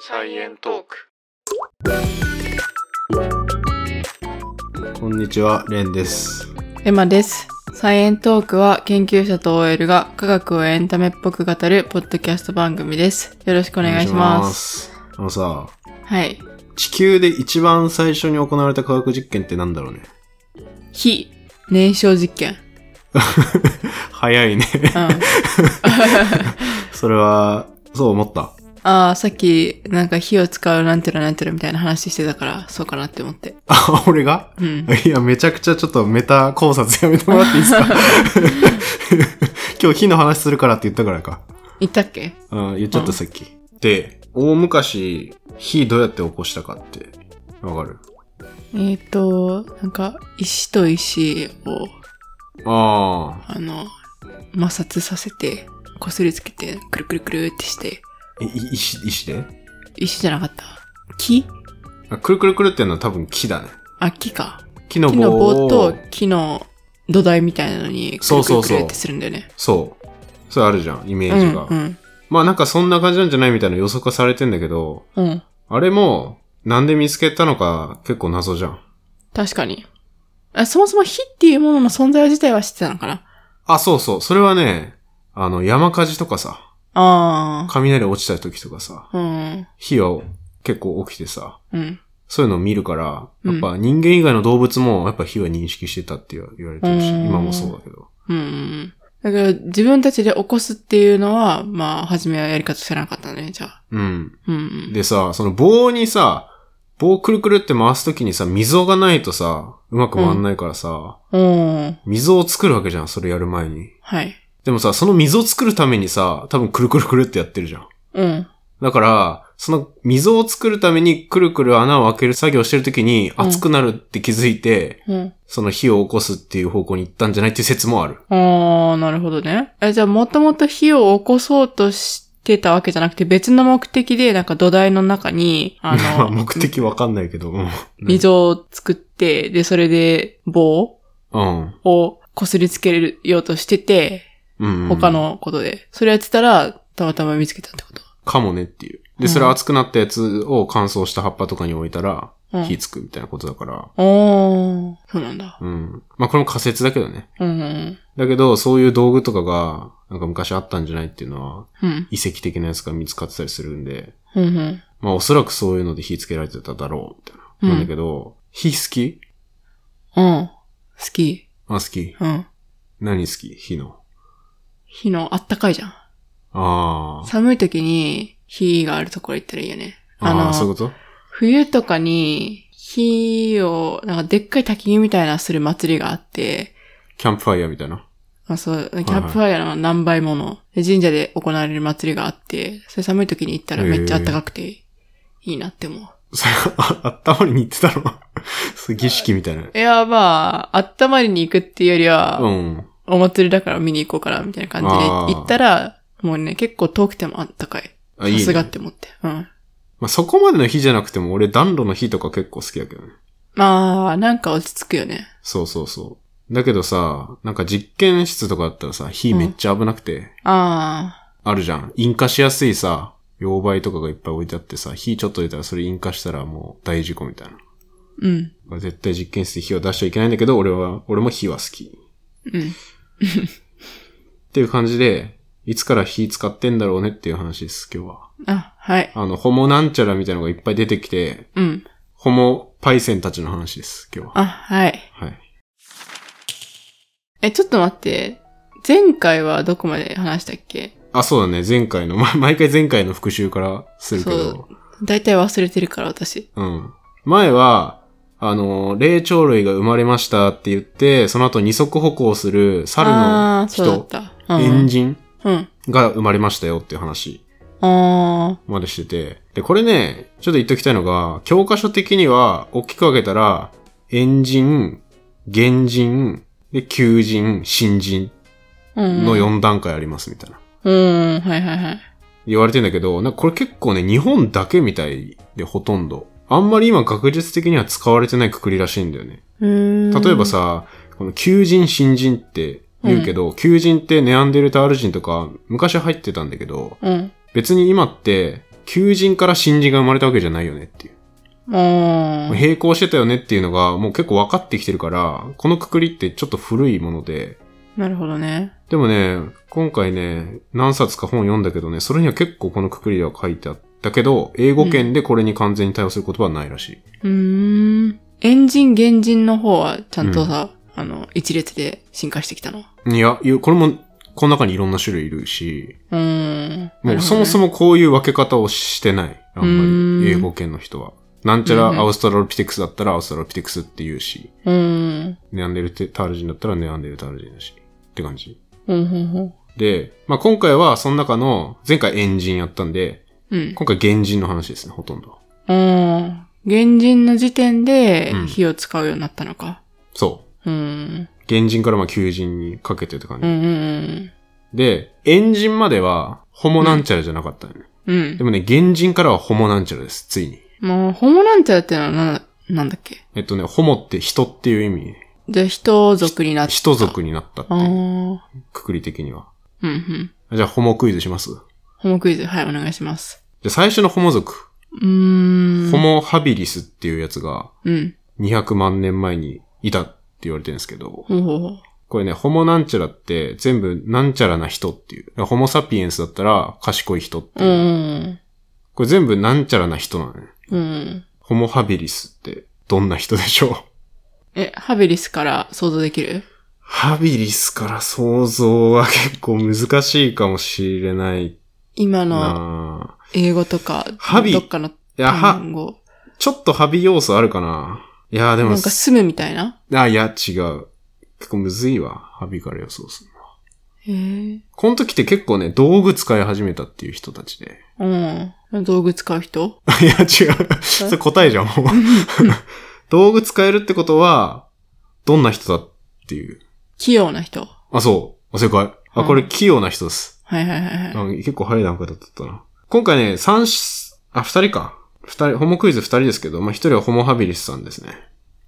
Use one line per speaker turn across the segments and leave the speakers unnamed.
サイエントーク。
こんにちは、レンです。
エマです。サイエントークは研究者と OL が科学をエンタメっぽく語るポッドキャスト番組です。よろしくお願いします。
す。あのさ、
はい。
地球で一番最初に行われた科学実験ってなんだろうね。
非燃焼実験。
早いね。
うん。
それは、そう思った。
ああ、さっきなんか火を使うなんてらなんてらみたいな話してたから、そうかなって思って。
あ、俺が
うん。
いや、めちゃくちゃちょっとメタ考察やめてもらっていいです か今日火の話するからって言ったからか。
言ったっけ
うん、言っちゃったさっき。で、大昔、火どうやって起こしたかって、わかる
えっ、ー、と、なんか石と石を、
ああ。
あの、摩擦させて、擦りつけて、くるくるくるってして、
え、い石、石で
石じゃなかった。木
あくるくるくるってのは多分木だね。
あ、木か。
木の
木
棒
の
を
棒と木の土台みたいなのにく
そう
るく
そ
る
う
く
そう
るってするんだよね。
そう。それあるじゃん、イメ
う
ージが。
ん
まあなんかそんな感じなんじゃないみたいな予測はされてんだけど、
うん。うん。
あれも、なんで見つけたのか結構謎じゃん。
確かに。あそもそも火っていうものの存在自体は知ってたのかな
あ、そうそう。それはね、あの、山火事とかさ、
あ
雷落ちた時とかさ、
あ。うん。
火は結構起きてさ、
うん。
そういうのを見るから、
う
や
ん
っぱ人間以外の動物もやっぱ火は認識してたって言われてるし、
うん
今もそうだけど。
うんうん。だから自分たちで起こすっていうのは、まあ、初めはやり方知らなかったね、じゃあ。
うん。
うんうん。
でさ、その棒にさ、棒をくるくるって回すときにさ、溝がないとさ、うまく回んないからさ、
うん。
溝を作るわけじゃん、それやる前に。
はい。
でもさ、その溝を作るためにさ、多分くるくるくるってやってるじゃん。
うん。
だから、その溝を作るためにくるくる穴を開ける作業をしてるときに
うん
熱くなるって気づいて、
うん。
その火を起こすっていう方向に行ったんじゃないっていう説もある。
ああ、なるほどね。え、じゃあ、もともと火を起こそうとしてたわけじゃなくて、別の目的で、なんか土台の中に、あ
まあ
の、
目的わかんないけど、うん。
溝を作って、で、それで棒
うん。
を擦りつけようとしてて、
うん、うん。
他。のことで。それやってたら、たまたま見つけたってこと。
かもねっていう。で、それ熱くなったやつを乾燥した葉っぱとかに置いたら、
うん。
火つくみたいなことだから。
おー、そうなんだ。
うん。まあ、これも仮説だけどね。
うんうん
だけど、そういう道具とかが、なんか昔あったんじゃないっていうのは、
うん。うん。
遺跡的なやつが見つかってたりするんで、
うんうん。
まあ、おそらくそういうので火つけられてただろう、みたいな。
うん
なんだけど、火好き
うん。好き。
あ、好き。
うん。
何好き火の。
火のあったかいじゃん。
あー
寒い時に火があるところ行ったらいいよね。
あー。
あの、
そういうこと
冬とかに火を、なんかでっかい焚き火みたいなする祭りがあって、
キャンプファイヤーみたいな。
まあそう、キャンプファイヤーの何倍もの、で神社で行われる祭りがあって、それ寒い時に行ったらめっちゃ暖かくていいなって思う。
それ、あ、あったまりに行ってたの そう儀式みたいな。
いや、まあ、温まりに行くっていうよりは、
うん。
お祭りだから見に行こうかな、みたいな感じ
あー
で行ったら、もうね、結構遠くてもあったかい。
あ、い
さ
い、
すがっ
ね。
て思って。うん。
まあ、そこまでの火じゃなくても、俺暖炉の火とか結構好きだけどね。
まあ、なんか落ち着くよね。
そうそうそう。だけどさ、なんか実験室とかだったらさ、火めっちゃ危なくて、
あ
あるじゃん。引火しやすいさ、溶媒とかがいっぱい置いてあってさ、火ちょっと出たらそれ引火したらもう大事故みたいな。
あ、うん、
絶対実験室で火を出しちゃいけないんだけど、俺は、俺も火は好き。
うん。
っていう感じで、いつから火使ってんだろうねっていう話です、今日は。
あ、はい。
あの、ホモなんちゃらみたいなのがいっぱい出てきて、
うん。
ホモパイセンたちの話です、今日は。
あ、はい。
はい。
え、ちょっと待って。前回はどこまで話したっけ
あ、そうだね、前回の、 ま毎回前回の復習からするけ
そ
ど
う。大体忘れてるから、私。
うん。前は、あの、霊長類が生まれましたって言って、その後二足歩行する猿
あ
の
ーそうだっ
人、
た。うん。
猿人
うん。
が生まれましたよっていう話
あ
までしてて。で、これね、ちょっと言っときたいのが、教科書的には大きく分けたら、猿人、原人、で、求人、新人
ー。うん。
の。4段階ありますみたいな。
うん、はいはいはい。
言われてんだけど、なんかこれ結構ね、日本だけみたいでほとんど。あんまり今学術的には使われてないくくりらしいんだよね。
うーん
例えば、さ、この求人、新人って言うけど、求人ってネアンデルタール人とか昔入ってたんだけど、
うん。
別に今って求人から新人が生まれたわけじゃないよねっていう。
もう、
並行してたよねっていうのがもう結構分かってきてるから、このくくりってちょっと古いもので、
なるほどね。
でもね、今回ね、何冊か本読んだけどね、それには結構このくくりでは書いてあったけど、英語圏でこれに完全に対応することはないらしい。
うーん。エンジン、原人の方はちゃんとさ、あの、一列で進化してきたの。
いや、いやこれも、この中にいろんな種類いるし、
うーん。
もうそもそ
も。
もこういう分け方をしてない。あ
うん
ま
ーん
り、英語圏の人は。なんちゃ
うんうん
らアウストラロピテクスだったらアウストラロピテクスって言うし、
うーん。
ネアンデルタール人だったらネアンデルタール人だし、って感じ。
ほんほんほん。
で、まあ今回はその中の、前回エンジンやったんで、
うん。
今回原人の話ですね、ほとんど。
うん。原人の時点で
うん
火を使うようになったのか。
そう。
うん。
原人からまあ求人にかけてって感
う
じ。
んうん
で、エンジンまでは、ホモなんちゃらじゃなかったのね。
うん。うん
で。もね、原人からはホモなんちゃらです、ついに。
もう、ホモなんちゃらってのはな、なんだっけ
えっとね、ホモって人っていう意味。
じゃあ、人族になった。
人。族になったって
ああ。
いう、
うん
くくり的には。
うん。
じゃあ、ホモクイズしますじゃ
ホモクイズ、はい、お願いします。
あ、最初のホモ族。
うーん。
ホ。モハビリスっていうやつが、
うん。
200万年前にいたって言われてるんですけど、
ほうほうほう。
これね、ホモなんちゃらって全部なんちゃらな人っていう。だからホモサピエンスだったら賢い人ってい
う
う。
ん。
これ全部なんちゃらな人なのね。
うん。
ホモハビリスってどんな人でしょう
え、ハビリスから想像できる
ハビリスから想像は結構難しいかもしれない
今の
なぁ
英語とか、
ハビ
どっかの
いや、は、
単語。
ちょっとハビ要素あるかないや、でも
なん、か住むみたいな
あ、いや、違う。結構むずいわ。ハビから予想するの。
へえ。
この時って結構ね、道具使い始めたっていう人たちで。
うん。道具使う人
いや、違う。それ答えじゃん、もう。 道具使えるってことは、どんな人だっていう。
器用な人。
あ、そう。あ、正解。あ、これ器用な人です。
はいはいはいは
あ
い。
結構早い段階だったな。今回ね、三し、あ、二人か。二人、ホモクイズ二人ですけど、まあ、一人はホモハビリスさんですね。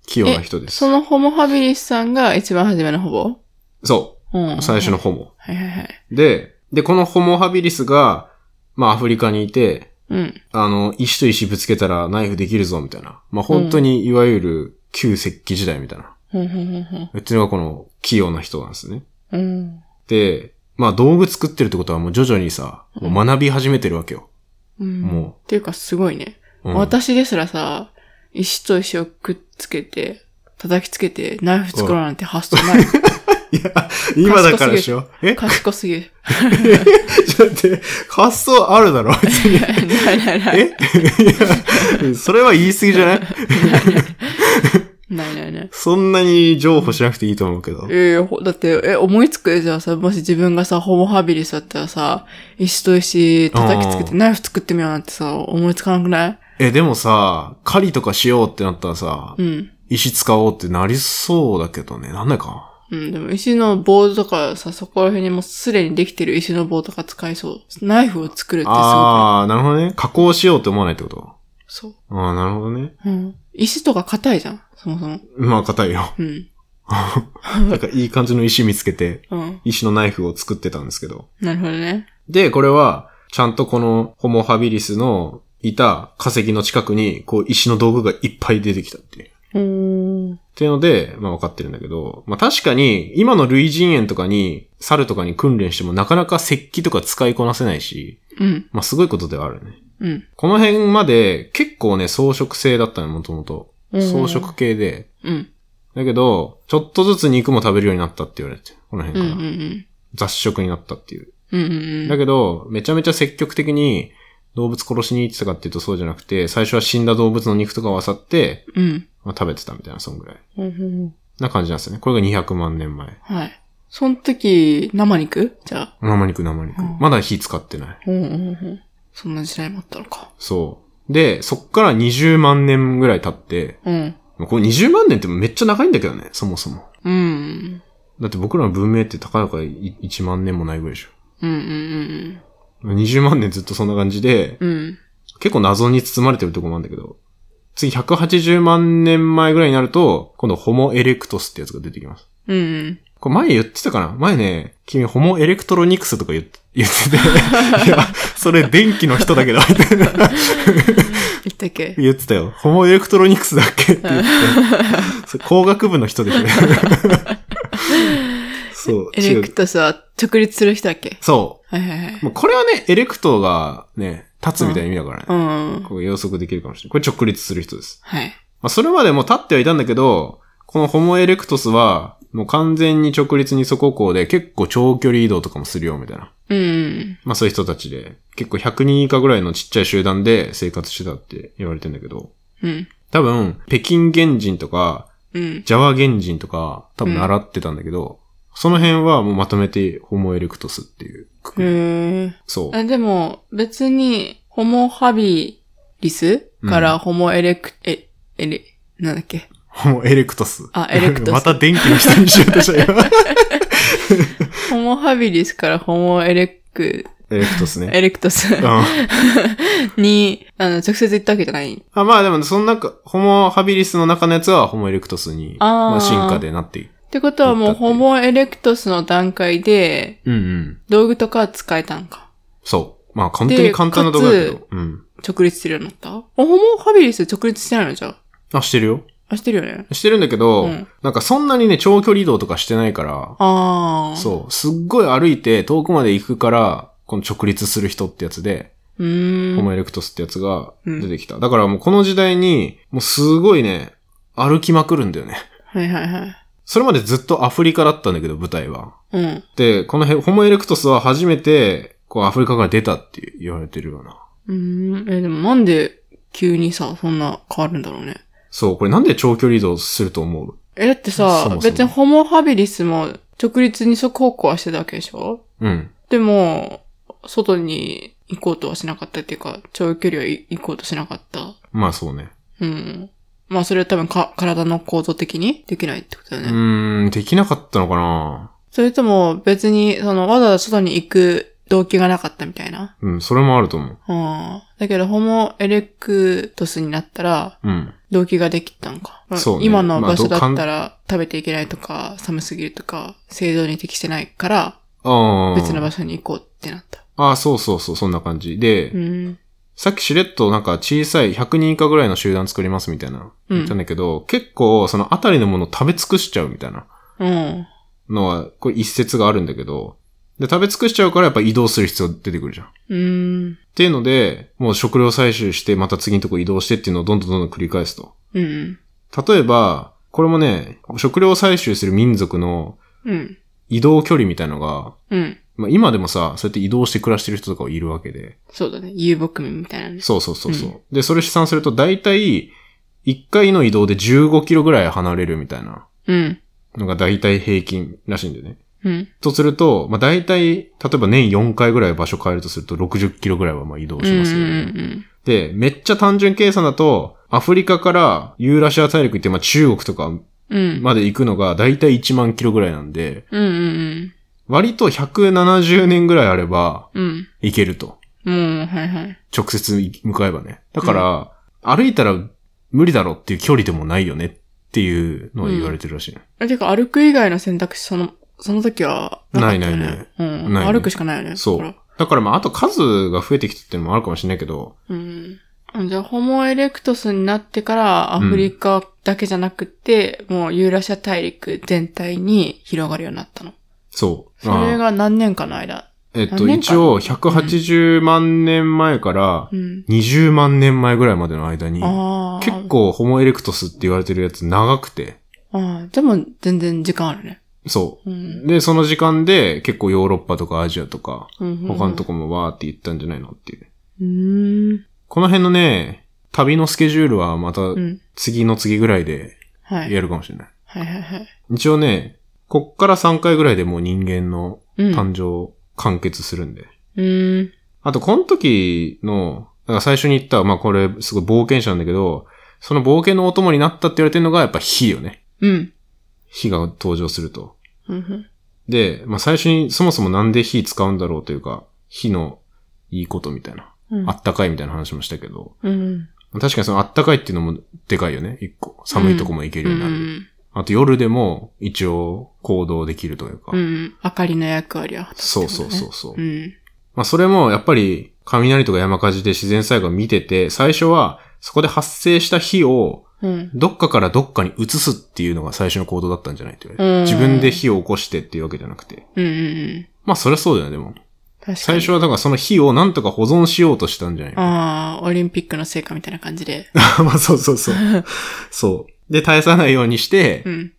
器用な人です。
そのホモハビリスさんが一番初めのほぼ
そ
うん。
う。最初の。ホモ。
はいはいはい。
で、で、このホモハビリスが、まあアフリカにいて、
うん。
あの、石と石ぶつけたらナイフできるぞ、みたいな。まあ本当に、いわゆる旧石器時代みたいな。
ほんほんほんほん。
うちのがこの器用な人なんですね。
うん。
で、まあ道具作ってるってことはもう徐々にさ、もう学び始めてるわけよ。
うん。
もう
っていうかすごいね。
うん
私ですらさ、石と石をくっつけて、叩きつけて、ナイフ作ろうなんて発想ない。
いや、今だからでしょ。え
賢すぎる。
ちょっと待って、発想あるだろ、別に。
ないないない。
えいやそれは言い過ぎじゃない
ないないない。
そんなに譲歩しなくていいと思うけど
い。やいや、ほだって、え、思いつくじゃあさ、もし自分がさ、ホモハビリスだったらさ、石と石叩きつけて、
う
ナイフ作ってみようなんてさ、思いつかなくない
え、でもさ、狩りとかしようってなったらさ、
うん。
石使おうってなりそうだけどね。なんだか。
うん、でも石の棒とかさ、そこら辺にもうすでにできてる石の棒とか使いそう。ナイフを作るってすごくない
ああ、なるほどね。加工しようって思わないってこと
そう。
ああ、なるほどね。
うん。石とか硬いじゃん、そもそも。
まあ、硬いよ。
うん。
なんかいい感じの石見つけて、
うん。
石のナイフを作ってたんですけど。
なるほどね。
で、これは、ちゃんとこのホモハビリスのいた化石の近くに、こう石の道具がいっぱい出てきたっていう。
うーん。
っていうので、まあ分かってるんだけど、まあ確かに、今の類人猿とかに、猿とかに訓練してもなかなか石器とか使いこなせないし、
うん。
まあすごいことではあるね。
うん。
この辺まで結構ね、装飾性だったの、もともと。
うん
装飾系で。
うん。
だけど、ちょっとずつ肉も食べるようになったって言われて、この
うん。う
辺
ん
から。。雑食になったっていう。
うん。うん。うん。
だけど、めちゃめちゃ積極的に動物殺しに行ってたかっていうとそうじゃなくて、最初は死んだ動物の肉とかを漁って、
うん。
まあ、食べてたみたいな、そんぐらい。
うんうん。
な感じなんですよね。これが200万年前。
はい。その時、生肉じゃあ。
生肉生肉。
うん
まだ火使ってない。
うんうんうん。そんな時代もあったのか。
そう。で、そっから20万年ぐらい経って、
うん。
まあこれ20万年ってめっちゃ長いんだけどね、そもそも。
うん。
だって僕らの文明って高々1万年もないぐらいでしょ。
うんうん
20万年ずっとそんな感じで、
うん。うん。
結構謎に包まれてるとこもあるんだけど、次180万年前ぐらいになると、今度ホモエレクトスってやつが出てきます。
うんうん。
ここれ前言ってたかな前ね、君ホモエレクトロニクスとか言って言って て、いや、それ電気の人だけど、 みたいな。
言ったっけ
言ってたよ。ホモエレクトロニクスだっけって言って。それ工学部の人で しょ。そう、
エ
違
レ
う。
クトスは直立する人だっけ
そ。。
はいはいはいう
もうこれはね、エレクトがね、立つみたいな意味だからね。
うん。
こう予測できるかもしれない。これ直立する人です。
はい。
まあ、それまでも立ってはいたんだけど、このホモエレクトスは、もう完全に直立にそここうで、結構長距離移動とかもするよ、みたいな。
うん。
まあそういう人たちで、結構100人以下ぐらいのちっちゃい集団で生活してたって言われてんだけど、
うん。
多分、北京原人とか、
うん。
ジャワ原人とか、多分習ってたんだけど、その辺はもうまとめてホモエレクトスっていうくくり。
へ
そう。
え。でも、別に、ホモハビリスからホモエレク、え、エレ、なんだっけ。
ホモエレクトス。
あエレクトス
また電気の人にしようとしたよ。
ホモハビリスからホモエレク、
エレクトスね。
エレクトス
うん。
に、あの、直接言ったわけじゃない。
あまあでも、その中、ホモハビリスの中のやつはホモエレクトスに、
あー
まあ進化でなっている。
ってことはもう、ホモエレクトスの段階で、
うんうん。
道具とかは使えたんか。
そう。まあ、本当に簡単な動画だけ
で
ど。うん。
直立してるようになったあホモハビリス直立してないのじゃあ。
あ、してるよ。
あ、してるよね。
してるんだけど、
うん
なんかそんなにね、長距離移動とかしてないから、
ああ。
そう。すっごい歩いて遠くまで行くから、この直立する人ってやつで、
う。うー
ホモ
ん。
エレクトスってやつが出てきた。だからもうこの時代に、もうすごいね、歩きまくるんだよね。
はいはいはい。
それまでずっとアフリカだったんだけど、舞台は。
うん。
で、この辺、ホモエレクトスは初めて、こう、アフリカから出たって言われてるような。
うーん。え、でもなんで急にさ、そんな変わるんだろうね。
そう、これなんで長距離移動すると思う
え、だってさ、
そもそも
別にホモハビリスも直立二足歩行はしてたわけでしょ
うん。
でも、外に行こうとはしなかったっていうか、長距離はい行こうとしなかった。
まあそうね。
うん。まあそれは多分か、体の構造的にできないってことだよ
う
ね。
ーん、できなかったのかな
それとも別に、その、わざわざ外に行く動機がなかったみたいな。
うん、それもあると思う。
うん。だけど、ホモエレクトスになったら、
うん。
動機ができたんか。まあ
そうね
今の場所だ
まあ
っ
ど
たら食べていけないとか、寒すぎるとか、制度に適してないから、
ああ。
別の場所に行こうってなった。
ああ、そうそうそう、そんな感じ。で、
うん。
さっきしれっとなんか小さい100人以下ぐらいの集団作りますみたいな。
うん
言ったんだけど、結構そのあたりのものを食べ尽くしちゃうみたいな
うん。
のは、これ一説があるんだけど、で、食べ尽くしちゃうからやっぱ移動する必要出てくるじゃん。
うん。
っていうので、もう食料採集して、また次のとこ移動してっていうのをどんどんどんどん繰り返すと。
うん。
例えば、これもね、食料採集する民族の
うん。
移動距離みたいのが、
うん。
まあ今でもさ、そうやって移動して暮らしてる人とかいるわけで。
そうだね。遊牧民みたいなね。
そうそうそうそう。
う
で、それ試算すると大体、1回の移動で15キロぐらい離れるみたいな
うん。
のが大体平均らしいんだよね。
うん。
とすると、まあ大体、例えば年4回ぐらい場所変えるとすると60キロぐらいはまあ移動
うん。う
し
ん
ますよね。
うん。
で、めっちゃ単純計算だと、アフリカからユーラシア大陸行って、まあ中国とか
うん。
まで行くのがだいたい1万キロぐらいなんで、
うんうん
割と170年ぐらいあれば
うん。うん。
行けると。
もう、はいはい。
直接向かえばね。だから、歩いたら無理だろっていう距離でもないよねっていうのを言われてるらしいね。
え、てか、歩く以外の選択肢、その、その時はかったよ、
ないないない
うん。
ないね
歩くしかないよね。
そ
だ
う
か。
だからまあ、あと数が増えてきたっていうのもあるかもしれないけど、
ら。うん。じゃあ、ホモエレクトスになってから、アフリカだけじゃなくて、もう、ユーラシア大陸全体に広がるようになったの。
そう。
それ
まあ
が何年かの間。
えっと、
何年
一
間
応180万年前から
うん。
20万年前ぐらいまでの間に、
ああ。
結。構ホモエレクトスって言われてるやつ長くて。
ああ。でも、全然時間あるね。
そ
うん。
う。で、その時間で結構ヨーロッパとかアジアとか、他
他
のとこもわーって行ったんじゃないのっていう。
うーん。
この辺のね、旅のスケジュールはまた
うん。
次の次ぐらいで
はい。
やるかもしれない。
はいはいはい。
一応ね、こっから3回ぐらいでもう人間の
うん。
誕生完結するんで。
うん。
あと、この時の、だから最初に言った、まあこれすごい冒険者なんだけど、その冒険のお供になったって言われてるのがやっぱ火よね。
うん。
火が登場すると。
うん。
で、まあ、最初にそもそもなんで火使うんだろうというか、火のいいことみたいな、
うん
あったかいみたいな話もしたけど、
うん。
確かにそのあったかいっていうのもでかいよね、一個。寒いとこも行ける
う
ようになる。
ん。
あと夜でも一応行動できるというか。
うん。明かりの役割は果たすっ
そ
て
う
こと
そう
ね
そうそう。
うん。
まあそれもやっぱり雷とか山火事で自然災害を見てて、最初はそこで発生した火を
うん。
どっかからどっかに移すっていうのが最初の行動だったんじゃないって言われ
うん
て。自分で火を起こしてっていうわけじゃなくて。
うんうんうん。
まあそりゃそうだよね、でも。
確かに。
最初はだからその火をなんとか保存しようとしたんじゃないか
ああ、オリンピックの成果みたいな感じで。
まあそうそうそう。そう。で、絶やさないようにして、
うん。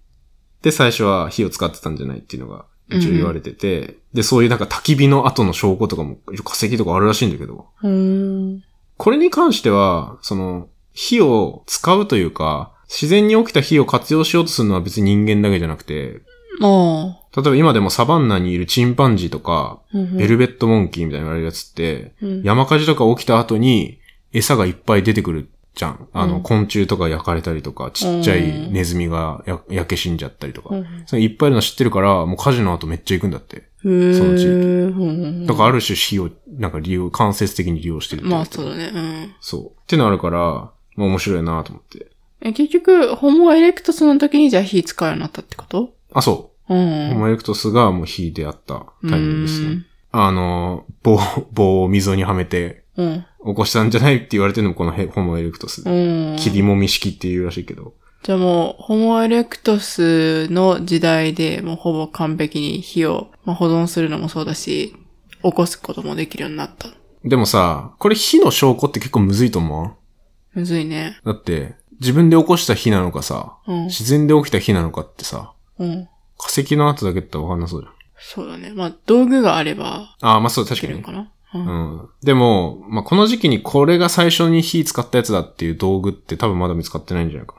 で、最初は火を使ってたんじゃないっていうのが一応言われてて、で、そういうなんか焚き火の後の証拠とかも、一応化石とかあるらしいんだけど、
うーん。
これに関しては、その、火を使うというか、自然に起きた火を活用しようとするのは別に人間だけじゃなくて、
も
例えば今でもサバンナにいるチンパンジーとか、
う、うんうん
ベルベットモンキーみたいな言われるやつって、
うん
山火事とか起きた後に餌がいっぱい出てくるじゃん。あの、
うん
昆虫とか焼かれたりとか、ちっちゃいネズミがや焼け死んじゃったりとか。それいっぱいいるの知ってるから、もう火事の後めっちゃ行くんだって。
うん、
その地域
域
だからある種火を、なんか利用、間接的に利用してるっていう
まあそうだね。うん。
そう。ってのあるから、まあ面白いなと思って。
え、結局、ホモエレクトスの時にじゃあ火使うようになったってこと
あ、そうう。
ん。
ホモエレクトスがもう火であったタイミングですね。あの、棒、棒を溝にはめて
うん。
起こしたんじゃないって言われてるのもこのヘホモエレクトス
う
で。
ん。うん。
霧もみ式っていうらしいけど。
じゃあもう、ホモエレクトスの時代でもうほぼ完璧に火を、まあ、保存するのもそうだし、起こすこともできるようになった。
でもさ、これ火の証拠って結構むずいと思わん
むずいね。
だって、自分で起こした火なのかさ、
うん。
自然で起きた火なのかってさ、
うん。
化石の後だけだってわかんなそうじゃん。
そうだね。まあ、道具があれば、
ああ、まあそう、確
でき
か
るの
に
か。な。
う
うん
ん。でも、まあこの時期にこれが最初に火使ったやつだっていう道具って多分まだ見つかってないんじゃないか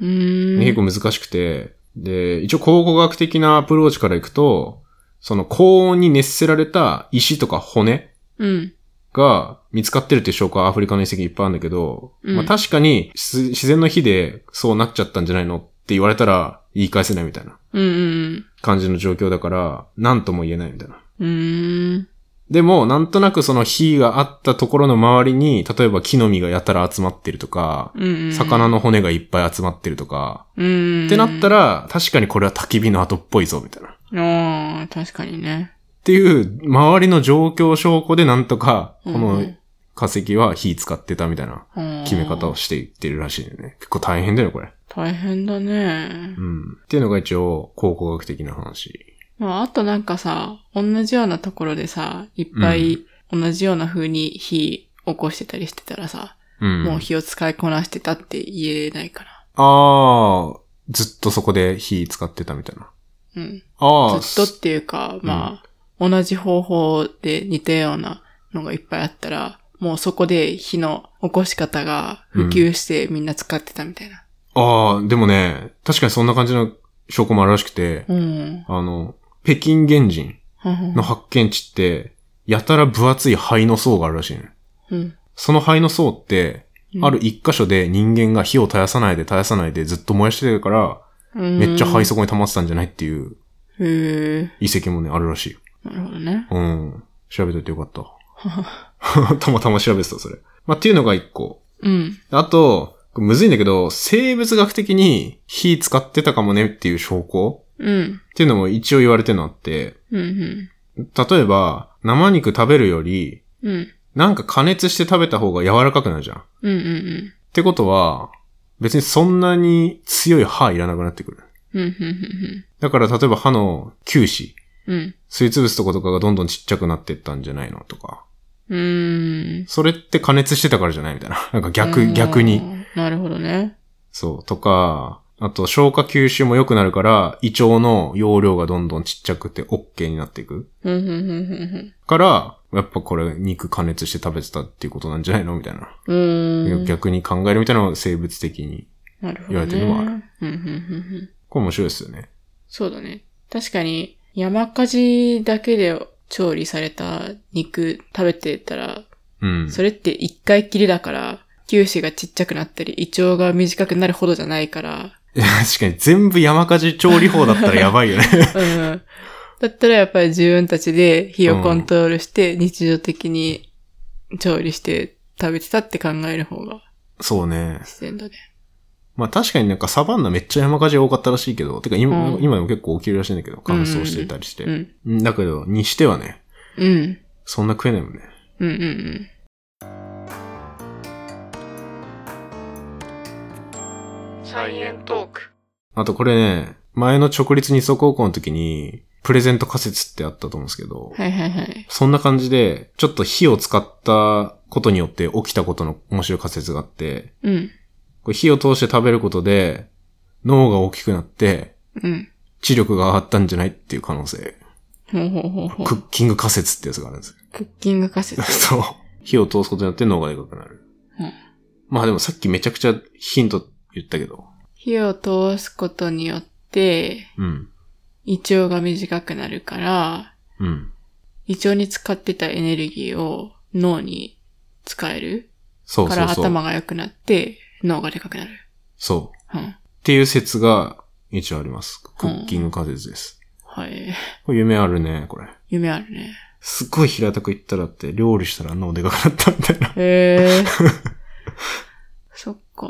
うー
な。
ん。
結構難しくて、で、一応考古学的なアプローチからいくと、その高温に熱せられた石とか骨
うん。
が見つかってるっていう証拠はアフリカの遺跡いっぱいあるんだけど、
うん
まあ確かにし自然の火でそうなっちゃったんじゃないのって言われたら言い返せないみたいな
うんうん
感じの状況だから、なんとも言えないみたいな。
うん。うーん。
でも、なんとなくその火があったところの周りに、例えば木の実がやたら集まってるとか、
うんうん。
魚の骨がいっぱい集まってるとか、
うん。
ってなったら、確かにこれは焚き火の跡っぽいぞ、みたいな。っ
ああ、確かにね。
ていう、周りの状況証拠でなんとか、こ
う
の
ん
化石は火使ってたみたいな決
決
め方をしていってるらしいんだよね。結構大変だよ、これ。
大変だね
う。ん。っていうのが一応、考古学的な話。
まあ、あとなんかさ、同じようなところでさ、いっぱい同じような風に火起こしてたりしてたらさ、
うん。
もう火を使いこなしてたって言えないか
あー、ずっとそこで火使ってたみたいな。
ら。うん。
あー、
ずっとっていうか、まあ、同じ方法で似たようなのがいっぱいあったら、もうそこで火の起こし方が普及してみんな使ってたみたいな。
ああ、でもね、確かにそんな感じの証拠もあるらしくて、
うん。
あの、北京原人
うん。
の発見地って、やたら分厚い灰の層があるらしいね。
うん。
その灰の層って、
うん
ある一箇所で人間が火を絶やさないで絶やさないでずっと燃やしてるから、め
め
っちゃ灰
送。
そこに溜まってたんじゃないっていう
へえ。
遺跡もね、あるらしいよ。
なるほどね。
うん。調べといてよか った。たまたま調べてた、それ。まあ、っていうのが一個。
うん。
あと、むずいんだけど、生物学的に火使ってたかもねっていう証拠
うん。
っていうのも一応言われてるのあって、
うん。
例えば、生肉食べるより、
うん。うん。
なんか加熱して食べた方が柔らかくなるじゃん。っ
うん。うん。
てことは、別にそんなに強い歯いらなくなってくる。
うん。うん。
だから例えば歯の臼歯、
うん。
すりつぶすとことかがどんどんちっちゃくなってったんじゃないのとか。
うん。
それって加熱してたからじゃないみたいな。 なんか逆、逆に。。
なるほどね。
そう。とか、あと消化吸収も良くなるから、胃腸の容量がどんどんちっちゃくて OK になっていく。
うん。うん。
から、やっぱこれ肉加熱して食べてたっていうことなんじゃないのみたいな。
うん。
逆に考えるみたいなのが生物的に。
なるほどね。うん。うん。うん。
これ面白いですよね。
そうだね。確かに、山火事だけで調理された肉食べてたら、
うん。
それって一回きりだから、臼歯がちっちゃくなったり、胃腸が短くなるほどじゃないから、
いや確かに全部山火事調理法だったらやばい よね。
うんだったらやっぱり自分たちで火をコントロールして日常的に調理して食べてたって考える方が
そうね。
自然だね。
まあ確かになんかサバンナめっちゃ山火事多かったらしいけど、てか今,、
うん
今でも結構起きるらしいんだけど、乾燥していたりして。
うん。
うんだけど、にしてはね、
うん。
そんな食えないもんね。
うんうんうん。サイエントーク。
あとこれね、前の直立二足高校の時に、プレゼント仮説ってあったと思うんですけど、
はいはいはい。
そんな感じで、ちょっと火を使ったことによって起きたことの面白い仮説があって、
うん。
これ火を通して食べることで、脳が大きくなって、
うん。
知力が上がったんじゃないっていう可能性。
ほうほうほうほう。
クッキング仮説ってやつがあるんです。
クッキング仮説。
そう。火を通すことによって脳がでかくなる。
うん
まあでもさっきめちゃくちゃヒント言ったけど。
火を通すことによって、
うん。
胃腸が短くなるから、
うん。
胃腸に使ってたエネルギーを脳に使える
そう
か
そう
ら
そう。
頭が良くなって、脳がでかくなる。
そう。っ
うん。
ていう説が一応あります。クッキング仮説です。
はい。
これ夢あるね、これ。
夢あるね。
すっごい平たく言ったらって、料理したら脳でかくなったみたいな。
へ え。そっか。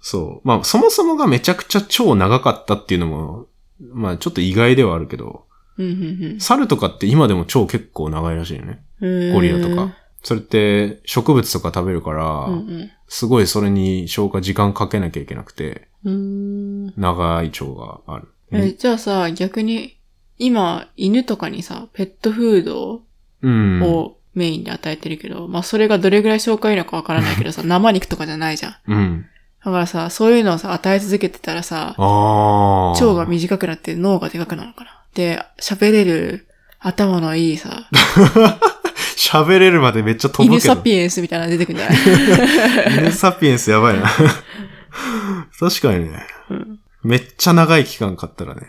そう。まあ、そもそもがめちゃくちゃ超長かったっていうのも、まあ、ちょっと意外ではあるけど、
うんうん
猿とかって今でも超結構長いらしいよね。
うん。
ゴリラとか。それって植物とか食べるから、
うんうん。
すごいそれに消化時間かけなきゃいけなくて、
うーん。
長い腸がある。
え、じゃあさ、逆に、今、犬とかにさ、ペットフード
うん。
をメインで与えてるけど、まあそれがどれぐらい消化いいのかわからないけ どさ、生肉とかじゃないじゃん。
うん。
だからさ、そういうのをさ、与え続けてたらさ、
ああー。
腸が短くなって脳がでかくなるのかな。で、喋れる、頭のいいさ、
喋れるまでめっちゃ飛ぶけど。
犬サピエンスみたいなの出てくるんじゃない
犬サピエンスやば いな。確かにね。
うん
めっちゃ長い期間買ったらね。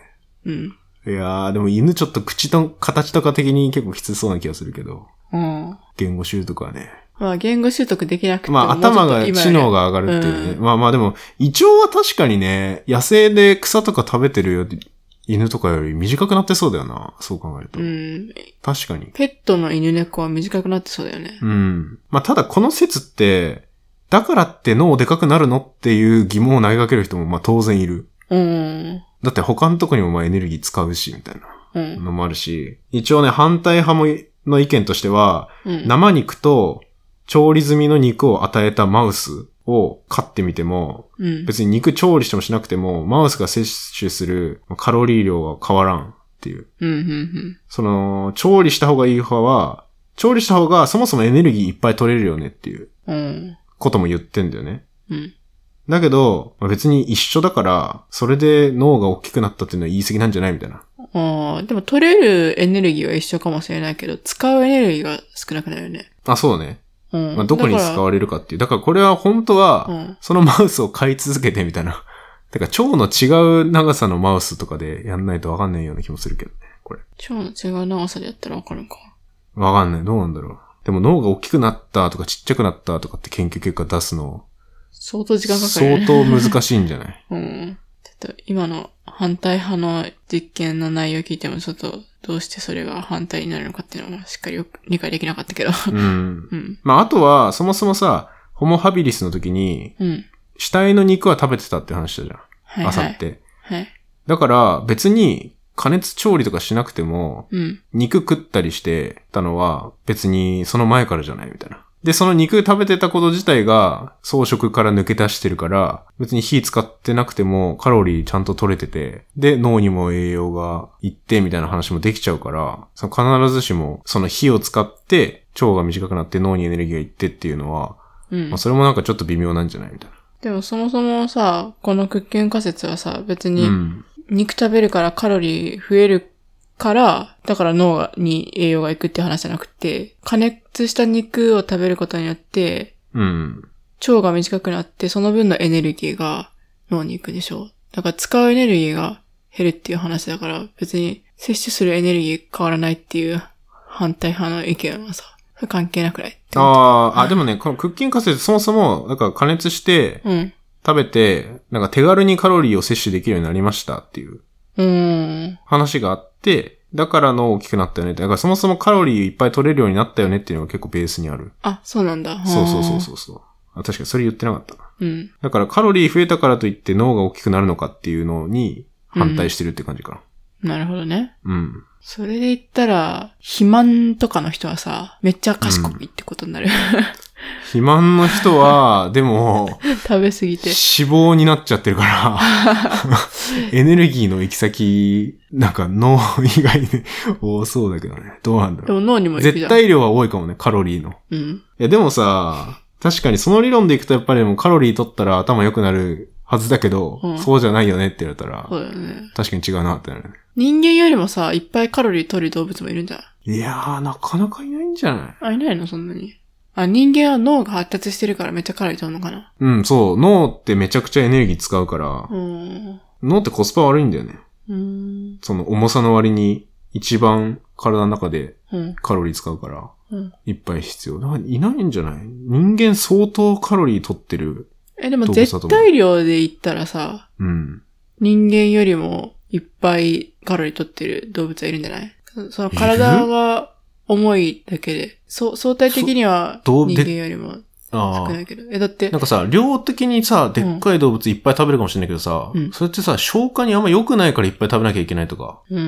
うん。
いやー、でも犬ちょっと口の形とか的に結構きつそうな気がするけど、
うん。
言語習得はね。
まあ言語習得できなくても
まあ頭が、知能
が。
が上がるっていうね。
う
まあまあでも、胃腸は確かにね、野生で草とか食べてるより犬とかより短くなってそうだよな。そう考えると。
うん。
確かに。
ペットの犬猫は短くなってそうだよね。
うん。まあただこの説って、だからって脳でかくなるのっていう疑問を投げかける人もまあ当然いる。
うん。
だって他のとこにもまあエネルギー使うし、みたいな
うん。
のもあるし。一応ね、反対派もい、の意見としては、
うん。
生肉と調理済みの肉を与えたマウスを飼ってみても、
うん。
別に肉調理してもしなくても、マウスが摂取するカロリー量は変わらんっていう。
うん。うん。
その、調理した方がいい派は、調理した方がそもそもエネルギーいっぱい取れるよねっていう
うん。
ことも言ってんだよね。
うん。
だけど、まあ別に一緒だから、それで脳が大きくなったっていうのは言い過ぎなんじゃないみたいな。
ああ、でも取れるエネルギーは一緒かもしれないけど、使うエネルギーが少なくなるよね。
あ、そうね。
うん。
まあ、どこに使
う
われるかっていう。だからこれは本当は、
うん。
そのマウスを買い続けてみたいな。てか、蝶の違う長さのマウスとかでやんないとわかんないような気もするけどね。これ。
超の違う長さでやったらわかるのか。
わかんない。どうなんだろう。でも脳が大きくなったとかちっちゃくなったとかって研究結果出すの、
相当時間かかるよ
相
ね。
当難しいんじゃない
うん。ちょっと今の反対派の実験の内容を聞いてもちょっとどうしてそれが反対になるのかっていうのはしっかりよく理解できなかったけど。
うん。
うん。
まあ、あとは、そもそもさ、ホモハビリスの時に、
うん。
死体の肉は食べてたって話したじゃ
はい
ん。朝
は
っ
い。
て。
はい。
だから、別に加熱調理とかしなくても、
うん。
肉食ったりしてたのは別にその前からじゃないみたいな。で、その肉食べてたこと自体が装飾から抜け出してるから、別に火使ってなくてもカロリーちゃんと取れてて、で、脳にも栄養がいってみたいな話もできちゃうから、その必ずしもその火を使って腸が短くなって脳にエネルギーがいってっていうのは、
うん
まあ、。それもなんかちょっと微妙なんじゃないみたいな。
でもそもそもさ、このクッキング仮説はさ、別に、
うん。
肉食べるからカロリー増えるから、だから脳に栄養がいくって話じゃなくて、加熱した肉を食べることによって、
うん。
腸が短くなって、その分のエネルギーが脳に行くでしょだから使うエネルギーが減るっていう話だから、別に摂取するエネルギー変わらないっていう反対派の意見はさ、それ関係なくないってこ
あーあ、でもね、このクッキングカセットそもそも、なんか加熱して、
とうん。
食べて、なんか手軽にカロリーを摂取できるようになりましたっていう
うーん。
話があって、だから脳大きくなったよねって。だからそもそもカロリーいっぱい取れるようになったよねっていうのが結構ベースにある。
あ、そうなんだ。
そうそうそうそうそう。あ、確かにそれ言ってなかったな。
うん。
だからカロリー増えたからといって脳が大きくなるのかっていうのに反対してるって感じか
なるほどね。
な。うん。
それで言ったら、肥満とかの人はさ、めっちゃ賢いってことになる。
肥満の人は、でも、
食べ過ぎて
脂。肪になっちゃってるから、エネルギーの行き先、なんか脳以外に多そうだけどね。どうなんだ
で
ろ
も脳にも
う。
行くじ
絶
ゃん。
対量は多いかもね、カロリーの。
うん。
いや、でもさ、確かにその理論でいくとやっぱりでもカロリー取ったら頭良くなるはずだけど、
うん
そうじゃないよねって言われたら
そ、うだよね。
確かに違うなってなるね。
人間よりもさ、いっぱいカロリー取る動物もいるんじゃない
いやー、なかなかいないんじゃない
あ、いないのそんなに。あ、人間は脳が発達してるからめっちゃカロリー取るのかな
うん、そう。脳ってめちゃくちゃエネルギー使うから
う、ーん。
脳ってコスパ悪いんだよね。
うーん。
その重さの割に一番体の中で
うん。
カロリー使うから、
うん。
いっぱい必要。だからいないんじゃない人間相当カロリー取ってる。
え、でも
動物だと
絶
思う
対量で言ったらさ、
うん。
人間よりもいっぱいカロリー取ってる動物はいるんじゃないそその体が重いだけで、そう、相対的には
そ
人
どう
間よりも少
あ
な
あ。
いけど。え、だって
なん、かさ、量的にさ、でっかい動物いっぱい食べるかもしれないけどさ、
うん
それってさ、消化にあんま良くないからいっぱい食べなきゃいけないとか、
うー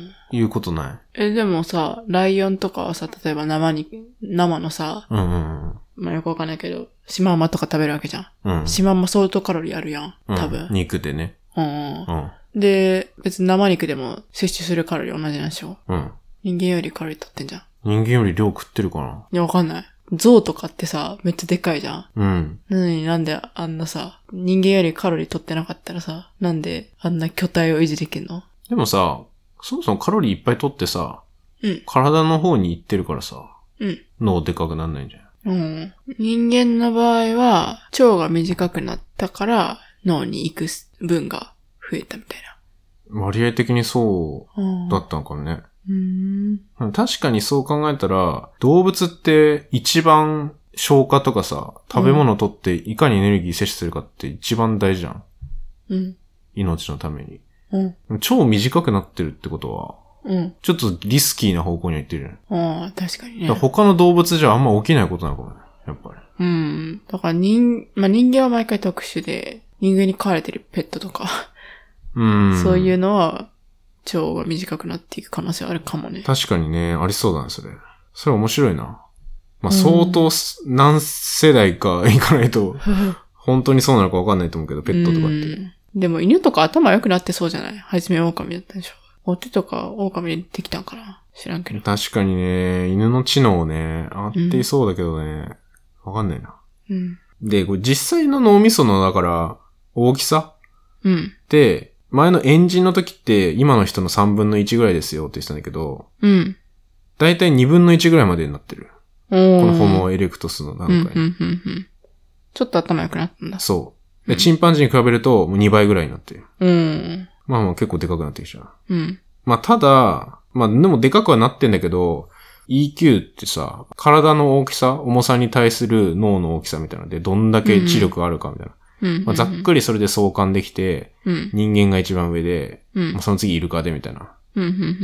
ん。
いうことな
え、でもさ、ライオンとかはさ、例えば生に、生のさ、
いうんうん
まあ、よくわかんないけど、シマウマとか食べるわけじゃん。
うん。うん。
シマウマ相当カロリーあるやん。
うん
多分。
肉でね。
うん。
うん。
で、別に生肉でも摂取するカロリー同じなんでしょ
うん。
人間よりカロリー取ってんじゃん。
人間より量食ってるかない
や、わかんない。象とかってさ、めっちゃでっかいじゃん。
うん。
なのになんであんなさ、人間よりカロリー取ってなかったらさ、なんであんな巨体を維持できんの
でもさ、そもそもカロリーいっぱい取ってさ、
うん
体の方に行ってるからさ、
うん
脳でかくなんないんじゃない
うん。人間の場合は、腸が短くなったから、脳に行く分が増えたみたい
割合的にそ
な。うん
うだったのかもね。
うーん。
うん確かにそう考えたら、動物って一番消化とかさ、食べ物を取っていかにエネルギー摂取するかって一番大事じゃん。
うん。
命のために。
うん。
超短くなってるってことは、
うん。
ちょっとリスキーな方向にはいってるよね。
ああ、確かにね。
だから他の動物じゃあんま起きないことなのかもね。やっぱり。
うん。だから人、まあ、人間は毎回特殊で、人間に飼われてるペットとか、
うん。
そういう。のは、腸が短くなっていく可能性はある かもね。
確かにね、ありそうだね、それ。それ面白いな。まあ、相当す、何世代か行かないと、本当にそうなのか分かんないと思うけど、ペットとかって。
うんでも犬とか頭良くなってそうじゃないはじめ狼だったでしょ。お手とか狼にできたんかな知らんけど。
確かにね、犬の知能ね、あっていそうだけどね、わ、かんないな。
うん。
で、これ実際の脳みその、だから、大きさ
うん。
って、前のエンジンの時って、今の人の3分の1ぐらいですよって言ってたんだけど、
うん。
だいたい2分の1ぐらいまでになってる。
おー
このホモエレクトスの段
うん、うん、
階。
うん、うん。ちょっと頭良くなったんだ。
そう。
う
で、
ん
チンパンジーに比べると、もう2倍ぐらいになってる。
うん。
まあまあ結構でかくなってきちゃう。
うん。
まあただ、まあでもでかくはなってんだけど、EQ ってさ、体の大きさ、重さに対する脳の大きさみたいなので、どんだけ知力があるかみたいな。
うん。
まあ、ざっくりそれで相関できて、
うん。
人間が一番上で、
うん
まあ、。その次イルカでみたいな、
うん。うん。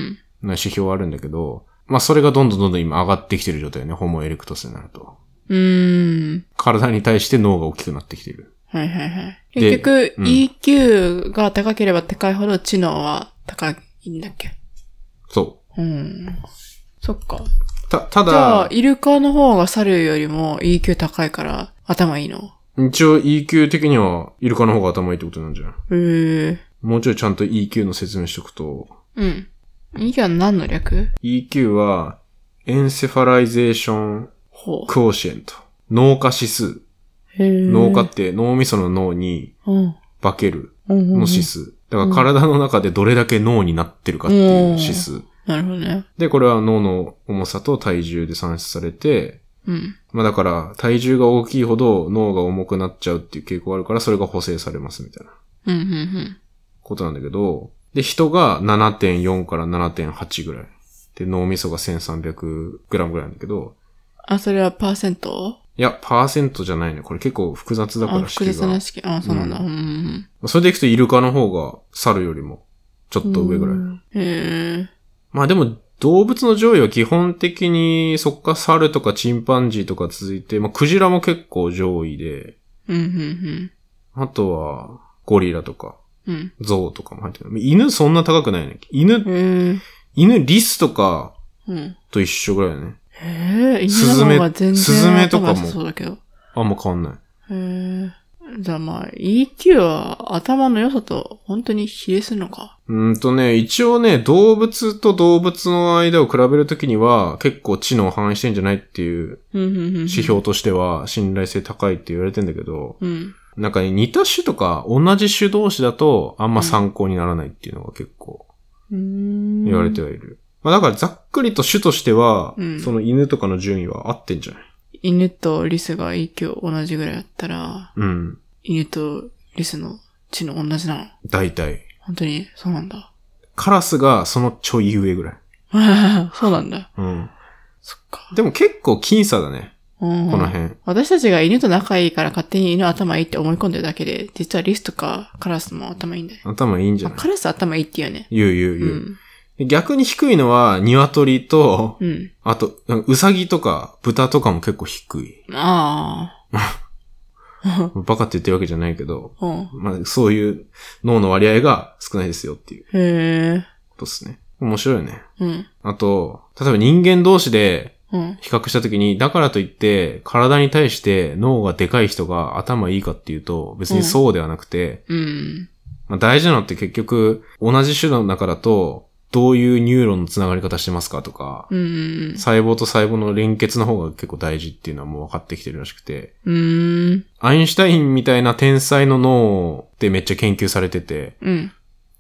な指標はあるんだけど、まあそれがどんどんどんどん今上がってきてる状態よね、ホモエレクトスになると。
うん。
体に対して脳が大きくなってきてる。
はいはいはい。
で
結局、
うん
EQ が高ければ高いほど知能は高いんだっけ
そ
うん。そっか。
う。た、た
じゃ
だ、、
あイルカの方が猿よりも EQ 高いから頭いいの
一応 EQ 的にはイルカの方が頭いいってことなんじゃん。
へえ。
もうちょいちゃんと EQ の説明しとくと、
うん。EQ は何の略
EQ は、エンセファライゼーション
ほう。
クオーシェント。脳化指数。
へえ。
脳化って脳みその脳に
うん。
化ける
うんうん。う
の
ん
指数。だから体の中でどれだけ脳になってるかっていう指数。
なるほどね。
で、これは脳の重さと体重で算出されて、
うん。
まあだから体重が大きいほど脳が重くなっちゃうっていう傾向があるからそれが補正されますみたいな
うん、うん、
ことなんだけど、で、人が7.4から7.8ぐらい。で、脳みそが 1300g ぐらいなんだけど、
あ、それはパーセント
いや、パーセントじゃないね。これ結構複雑だか
あ、
ら
複
式
雑な
が。
式。あ、そうなんだ。
う
うん。うん
それでいくとイルカの方が猿よりもちょ
う
っ
ん
と上ぐらい。
へえ。
まあでも動物の上位は基本的に、そっか猿とかチンパンジーとか続いて、まあ、クジラも結構上位で、
うん、うん、
あとは、ゴリラとか、
うん。
ゾウとかも入ってる。犬そんな高くないね。
う
犬、
ん。え
犬、リスとか
ー、うん。
と一緒ぐらいだね。
えー、
ス
犬
ズ
の
メ
方が全然
スズメとかも
頭良さそうだけど。
あんま変わんない。
えー、じゃあまあ、EQ は頭の良さと本当に比例するのか。
うーんとね、一応ね、動物と動物の間を比べるときには、結構知能を反映してんじゃないっていう
うん、うん、うん。
指標としては、信頼性高いって言われてんだけど、
うん。
なんかね、似た種とか同じ種同士だと、あんま参考にならないっていうのが結構
うーん。
言われてはいる。まあだからざっくりと種としては、
うん
その犬とかの順位は合ってんじゃない
犬とリスが EQ 同じぐらいだったら、
うん。
犬とリスの知能同じなの。
大体。
本当に、そうなんだ。
カラスがそのちょい上ぐらい。
そうなんだ。
うん。
そっか。
でも結構僅差だね。
うん
この辺。
私たちが犬と仲いいから勝手に犬頭いいって思い込んでるだけで、実はリスとかカラスも頭いいんだね。
頭いいんじゃ
あ
ない
カラス頭いいって言うよね。
言う言う
う
言う。
ん。
で逆に低いのは、鶏と、
うん。
あと、なんかウサギとか、豚とかも結構低い。
ああ。
バカって言ってるわけじゃないけど、
うん。
まあ、そういう脳の割合が少ないですよっていう
へえ。
ことですね。面白いよね。
うん。
あと、例えば人間同士で
うん。
比較したときに、だからといって、体に対して脳がでかい人が頭いいかっていうと、別にそうではなくて、
うん。
まあ、大事なのって結局、同じ種の中だと、どういうニューロンのつながり方してますかとか、
うん。
細胞と細胞の連結の方が結構大事っていうのはもう分かってきてるらしくて、
うん。
アインシュタインみたいな天才の脳ってめっちゃ研究されてて、
うん。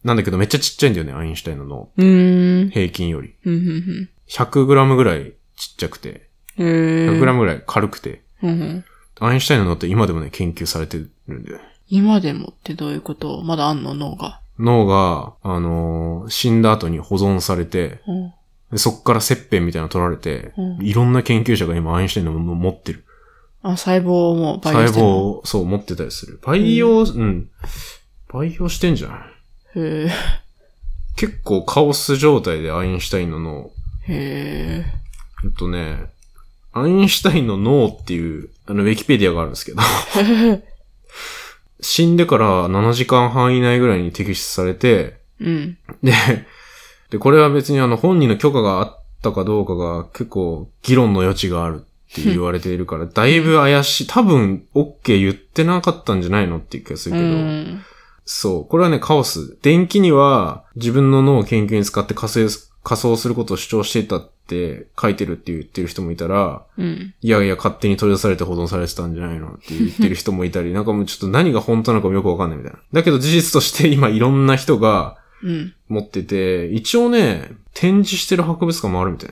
なんだけどめっちゃちっちゃいんだよね、アインシュタインの脳。
うん。
平均より。
うん。
100g ぐらいちっちゃくて、
へえ。
100g ぐらい軽くて、
うん。
アインシュタインの脳って今でもね、研究されてるんだよね。
今でもってどういうことまだあんの脳が。
脳が、あのー死んだ後に保存されて、
うん。
でそっから切片みたいなの取られて、
うん
いろんな研究者が今アインシュタインのもの持ってる。
あ、細胞をもう培養
細
して
胞
るの
を、そう、持ってたりする。培養、うん。培養してんじゃない
へ
結構カオス状態でアインシュタインの脳。
え。へえ。
えっとね、アインシュタインの脳っていう、あの、ウィキペディアがあるんですけど、死んでから7時間半以内ぐらいに摘出されて、
うん。
で、で、これは別にあの、本人の許可があったかどうかが結構議論の余地があるって言われているから、だいぶ怪しい。多分、OK 言ってなかったんじゃないのっていう気がす
う
るけど、
ん。
そう。これはね、カオス。電気には自分の脳を研究に使って仮想仮想することを主張していたって書いてるって言ってる人もいたら、
うん。
いやいや、勝手に取り出されて保存されてたんじゃないのって言ってる人もいたり、 なんかもうちょっと何が本当なのかもよくわかんないみたいな。だけど事実として今いろんな人が
うん。
持ってて、一応ね、展示してる博物館もあるみたい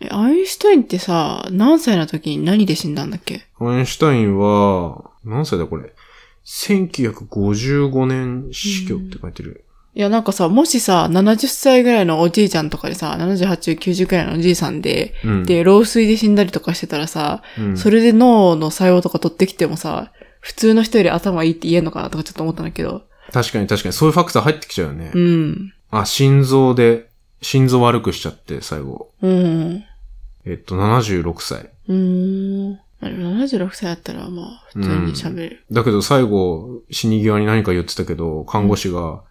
え、アインシュタインってさ、何歳の時に何で死んだんだっけ
な。アインシュタインは、何歳だこれ。1955年死去って書いてる。
いや、なんかさ、もしさ、70歳ぐらいのおじいちゃんとかでさ、78、90ぐらいのおじいさんで、
うん。
で、老衰で死んだりとかしてたらさ、
うん、
それで脳の作用とか取ってきてもさ、普通の人より頭いいって言えんのかなとかちょっと思ったんだけど。
確かに確かに、そういうファクター入ってきちゃうよね。
うん。
あ、心臓で、心臓悪くしちゃって、最後。
うん。
えっと、76歳。
うーん。まあでも76歳だったら、まあ、普通に喋れる。
だけど最後、死に際に何か言ってたけど、看護師が、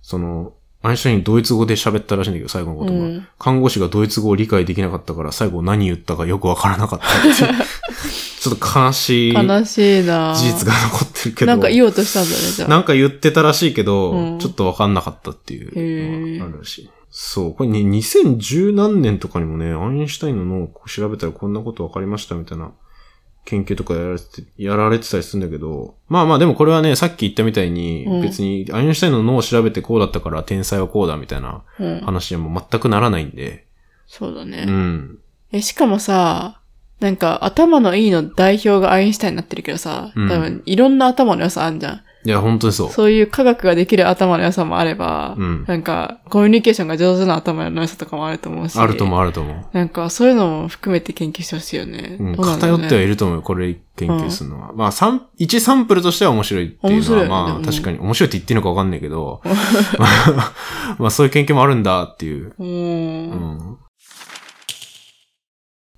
その、アインシュタインドイツ語で喋ったらしいんだけど、最後の言葉。
うん
看護師がドイツ語を理解できなかったから、最後何言ったかよくわからなかった っていうちょっと悲しい事
悲しいな
実が残ってるけど。
なんか言おうとしたんだね、じゃあ。
なんか言ってたらしいけど、
うん
ちょっとわかんなかったっていうのがあるらしい。そう。これね、2010何年とかにもね、アインシュタインの脳を調べたらこんなことわかりましたみたいな研究とかやられて、やられてたりするんだけど、まあまあでもこれはね、さっき言ったみたいに、
うん
別にアインシュタインの脳を調べてこうだったから天才はこうだみたいな
うん、
話にはもう全くならないんで、
そうだね、
うん。
え。しかもさ、なんか頭のいいの代表がアインシュタインになってるけどさ、
うん
多分いろんな頭の良さあんじゃん。
いや、本当にそう。
そういう科学ができる頭の良さもあれば、
うん
なんかコミュニケーションが上手な頭の良さとかもあると思うし。
あるともあるとも。
なんかそういうのも含めて研究してほしいよね。
うん、
どうなんだ
偏
ろう
っ
ね
てはいると思うよ、これ研究するのは。まあ、三、一サンプルとしては面白いっていう
面
の
白い
は、
よね
ま
う
あ、
ん
確かに面白いって言ってるのかわかんない けど、まあ、まあそういう研究もあるんだっていう。
うん
うん。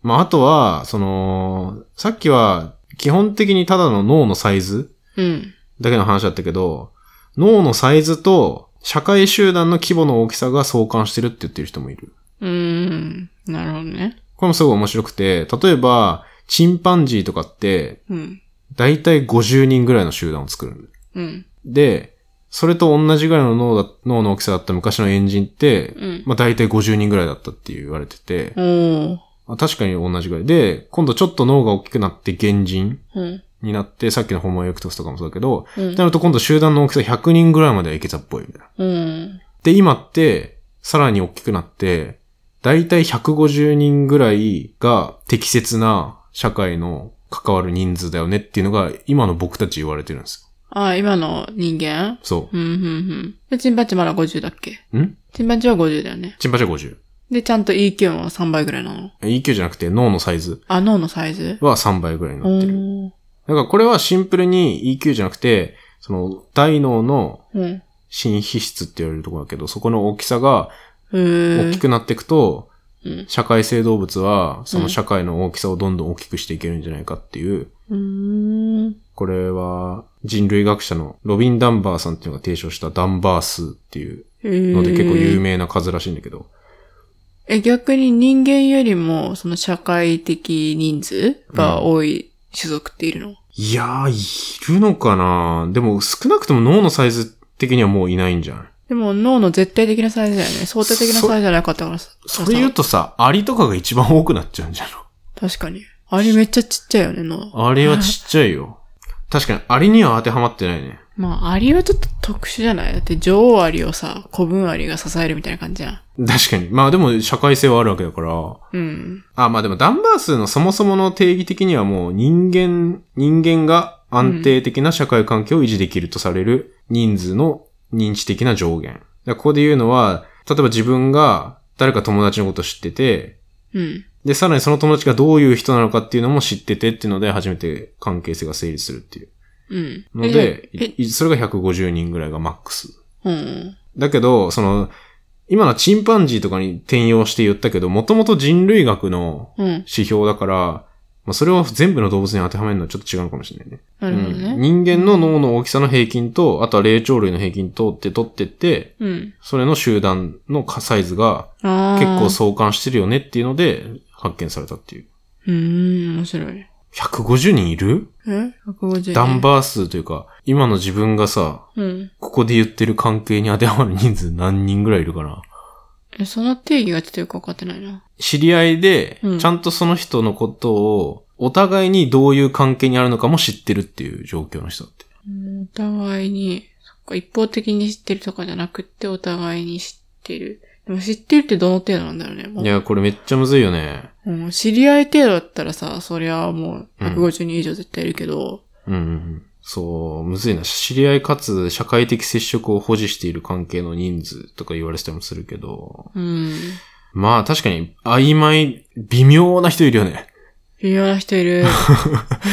まあ、あとは、その、さっきは、基本的にただの脳のサイズ
うん。
だけの話だったけど、脳のサイズと社会集団の規模の大きさが相関してるって言ってる人もいる。
うーん。なるほどね。
これもすごい面白くて、例えば、チンパンジーとかって、
うん。
だいたい50人ぐらいの集団を作る。
うん。
で、それと同じぐらいの脳だ脳の大きさだった昔のエンジンって、
うん。
まあ大体50人ぐらいだったって言われてて、
おー。
あ確かに同じぐらい。で、今度ちょっと脳が大きくなって原人
うん。
になって、さっきのホモエクトスとかもそうだけど、
う
っ
ん
てなると今度集団の大きさ100人ぐらいまではいけたっぽいみたいな。
うん。
で、今って、さらに大きくなって、だいたい150人ぐらいが適切な社会の関わる人数だよねっていうのが、今の僕たち言われてるんですよ。
あ、今の人間
そ
うん、うん、うん。で、チンパンチまだ50だっけ
う。ん
チンパンチは50だよね。
チンパチは50。
で、ちゃんと EQ も3倍ぐらいなの。
EQ じゃなくて脳のサイズ
あ、脳のサイズ
は3倍ぐらいに
お
なってる。
ー。
だからこれはシンプルに EQ じゃなくて、その大脳の
うん。
新皮質って言われるところだけど、そこの大きさが
へー
大きくなっていくと、
うん
社会性動物はそうの
ん
社会の大きさをどんどん大きくしていけるんじゃないかっていう、
うーん。
これは人類学者のロビン・ダンバーさんっていうのが提唱したダンバー数っていうの
の
で結構有名な数らしいんだけど、
え、逆に人間よりも、その社会的人数が多い種族っているの、
いやー、いるのかなでも少なくとも脳のサイズ的にはもういないんじゃん。
でも脳の絶対的なサイズだよね。相対的なサイズじゃなかったからさ。
それ言うとさ、アリとかが一番多くなっちゃうんじゃん。
確かに。あれめっちゃちっちゃいよね、脳。
アリはちっちゃいよ。確かに、アリには当てはまってないね。
まあ、アリはちょっと特殊じゃないだって女王アリをさ、子分アリが支えるみたいな感じじゃん。
確かに。まあでも、社会性はあるわけだから。
うん。
あ、まあでも、ダンバースのそもそもの定義的にはもう、人間、人間が安定的な社会環境を維持できるとされる人数の認知的な上限。だからここで言うのは、例えば自分が誰か友達のことを知ってて、
うん。
で、さらにその友達がどういう人なのかっていうのも知っててっていうので、初めて関係性が成立するっていう。
うん。
の
え
で、
え、
いそれが150人ぐらいがマックス。
うん。
だけど、その、今のチンパンジーとかに転用して言ったけど、もともと人類学の
うん。
指標だから、まあ、それを全部の動物に当てはめるのはちょっと違うのかもしれないね。
なるほど
うん
ね。
人間の脳の大きさの平均と、あとは霊長類の平均とって取ってって、
うん。
それの集団のサイズが
ああ。
結構相関してるよねっていうので発見されたっていう。
う。うーん、面白い。
150人いる
え ?150 人。
ダンバー数というか、今の自分がさ、
うん。
ここで言ってる関係に当てはまる人数何人ぐらいいるかな
え、その定義がちょっとよくわかってないな。
知り合いで
うん、
ちゃんとその人のことを、お互いにどういう関係にあるのかも知ってるっていう状況の人だって。
うんお互いに、そっか、一方的に知ってるとかじゃなくって、お互いに知ってる。でも知ってるってどの程度なんだろうね。もう
いや、これめっちゃむずいよね。
うん知り合い程度だったらさ、そりゃもう
うん
150人以上絶対いるけど、
うんうんうん。そう、むずいな。知り合いかつ社会的接触を保持している関係の人数とか言われてたりもするけど。
うん。
まあ確かに曖昧、微妙な人いるよ ね。
微妙な人い る。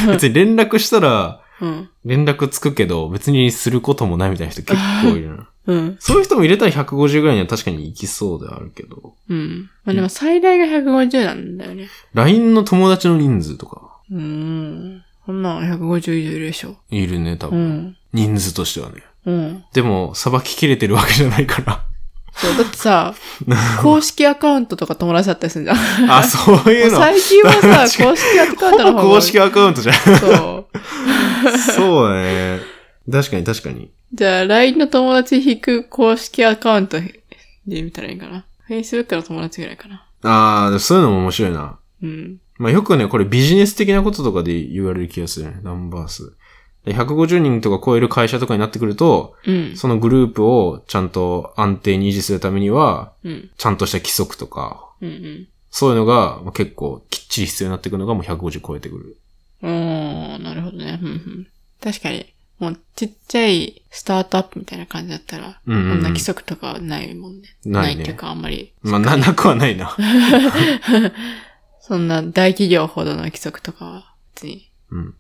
別に連絡したら
うん。
連絡つくけど、別にすることもないみたいな人結構いるな。
うん。
そういう人も入れたら150ぐらいには確かに行きそうではあるけど。
うん。まあでも最大が150なんだよね。
LINE の友達の人数とか。
うん。そんなん150以上いるでしょ。
いるね、多
う
分。
ん。
人数としてはね。
うん。
でも、さばききれてるわけじゃないから。
そう、だって さ、公式アカウントとか友達だったりするじゃん。
あ、そういうの。
最近は
確か
さ、公式アカウ
ほ
ントの
ぼ
方が
公式アカウントじゃん。
そう。
そうだね。確かに確かに。
じゃあ、LINE の友達引く公式アカウントで見たらいいかな。Facebook の友達ぐらいかな。
あー、そういうのも面白いな。
うん。
まあ、よくね、これビジネス的なこととかで言われる気がするね。ナンバー数。で150人とか超える会社とかになってくると、
うん。
そのグループをちゃんと安定に維持するためには、
うん。
ちゃんとした規則とか、
うん。
そういうのがまあ結構きっちり必要になってくるのがもう150超えてくる。
うん。おー、なるほどね。うんうん。確かに、もうちっちゃいスタートアップみたいな感じだったら、
うんうんうん
こんな規則とかはないもんね。
ないね
っていうか、あんまり。
まあ、な、なくはない な。
そんな大企業ほどの規則とかは別に
うん。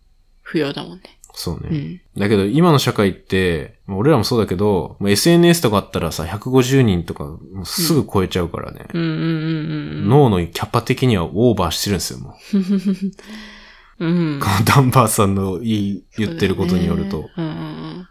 不要だもんね。
そうね。
うん。
だけど今の社会って、まあ俺らもそうだけど、もう SNS とかあったらさ、150人とかもうすぐ超えちゃうからね。
うんうんうんうん。
脳のキャパ的にはオーバーしてるんですよ、もう。
うん。
このダンバーさんの言い、言ってることによると。
そうだよね。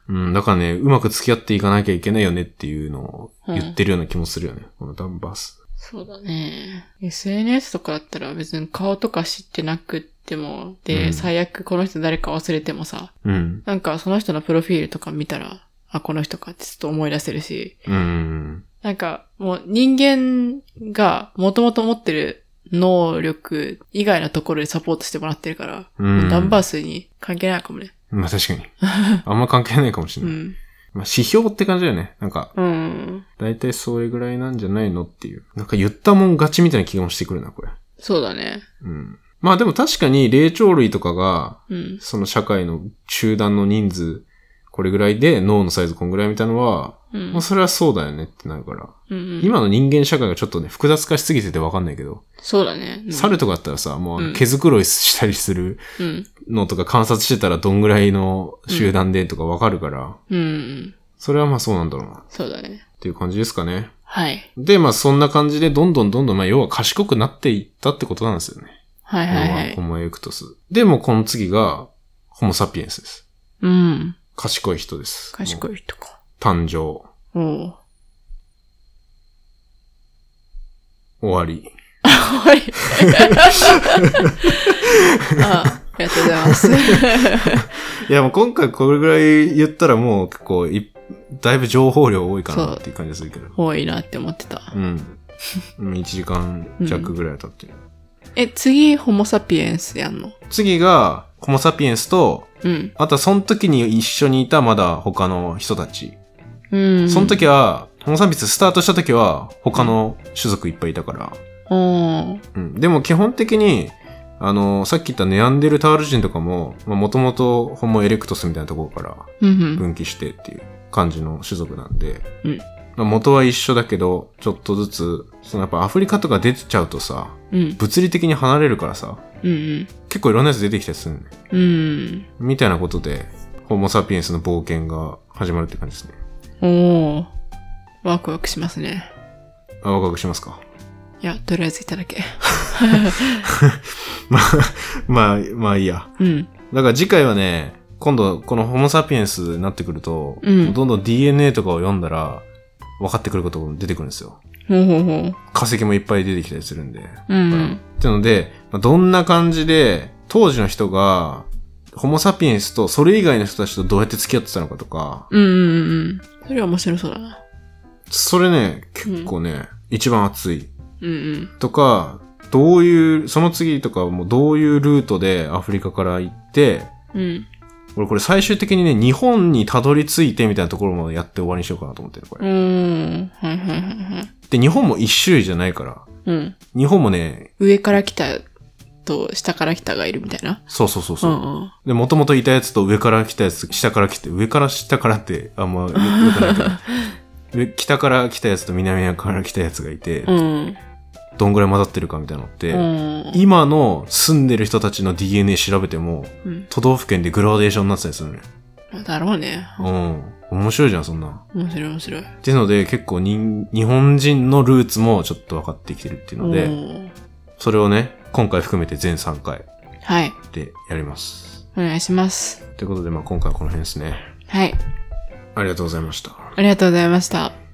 うんうんうん。
うん、だからね、うまく付き合っていかなきゃいけないよねっていうのを言ってるような気もするよね。このダンバース。
そうだね。SNS とかだったら別に顔とか知ってなくっても、で、
うん
最悪この人誰か忘れてもさ、
うん。
なんかその人のプロフィールとか見たら、あ、この人かってちょっと思い出せるし、
うん。
なんかもう人間が元々持ってる能力以外のところでサポートしてもらってるから、
うん。
ダンバー
ス。
スに関係ないかもね。
まあ確かに。 あんま関係ないかもしれ
う
ない。
ん。
まあ指標って感じだよね。なんか、
うん。
だいたいそれぐらいなんじゃないのっていう。なんか言ったもん勝ちみたいな気がしてくるな、これ。
そうだね。
うん。まあでも確かに霊長類とかが、
うん。
その社会の集団の人数、これぐらいで脳のサイズこんぐらいみたいなのは、
うん
まあ。それはそうだよねってなるから。
うん
今の人間社会がちょっとね、複雑化しすぎててわかんないけど、
そうだね。うん
猿とかだったらさ、もうあ
うん
の毛づくろいしたりする
うん。
のとか観察してたらどんぐらいの集団でとかわかるから、
うんうん。
それはまあそうなんだろうな、っ
そうだね。
ていう感じですかね。
はい。
で、まあそんな感じでどんどんどんどん、まあ要は賢くなっていったってことなんですよね。
はいはいは
ホ
い。
モエクトス。で、もうこの次が、ホモサピエンスです。
うん。
賢い人です。
賢
い。
い人か。
誕生、
おおう。
終わり。
はい。あ、ありがとうございます。
いや、もう今回これぐらい言ったらもう結構い、だいぶ情報量多いか
そ
な
う
っていう感じがするけど。
多いなって思ってた。
うん。1時間弱ぐらい経ってる。
え、次、ホモサピエンスやんの
次が、ホモサピエンスと、
うん。
あとはその時に一緒にいたまだ他の人たち。
うん。
その。時は、ホモサピエンススタートした時は他の種族いっぱいいたから。
おー
うん。でも基本的に、あの、さっき言ったネアンデルタール人とかも、もともとホモエレクトスみたいなところから
うんうん。
分岐してっていう感じの種族なんで、
うん
まあ元は一緒だけど、ちょっとずつ、そのやっぱアフリカとか出てちゃうとさ、
うん。
物理的に離れるからさ、
うん
結構いろんなやつ出てきたりするね。
うん。うん。
みたいなことで、ホモサピエンスの冒険が始まるって感じですね。
おーワクワクしますね。
あ、ワクワクしますか。
いや、とりあえずいただけ。
まあ、 まあ、まあいいや。
うん。
だから次回はね、今度このホモサピエンスになってくると、
うん
どんどん DNA とかを読んだら、分かってくることが出てくるんですよ。
ほうほうほう。
化石もいっぱい出てきたりするんで。
うんうん。
ってので、まあどんな感じで、当時の人が、ホモサピエンスとそれ以外の人たちとどうやって付き合ってたのかとか、
うんうんうん。それは面白そうだな。
それね、結構ね、一番熱い。
うんうん。
とか、どういう、その次とかはもうどういうルートでアフリカから行って、
うん。
俺これ最終的にね、日本にたどり着いてみたいなところもやって終わりにしようかなと思ってる、こ
う
れ。
ーん。はいはいはいはい。
で、日本も一種類じゃないから、
うん。
日本もね、
上から来たと下から来たがいるみたいな。
そうそうそう
う
そう。
んうん。
で、もともといたやつと上から来たやつ、下から来て、上から下からって、あんまよくよくないけど 上北から来たやつと南から来たやつがいて、
うん。
どんぐらい混ざってるかみたいなのって、
うん。
今の住んでる人たちの DNA 調べても、
うん
都道府県でグラデーションになってたりするね。
だろうね。
うん。面白いじゃん、そんな。
面白い面白い。
っていうので、結構人日本人のルーツもちょっと分かってきてるっていうの
う
で、
ん
それをね、今回含めて全3回
はい。
でやります。
お願いします。
ということで、まあ今回はこの辺ですね。
はい。
ありがとうございました。
ありがとうございました。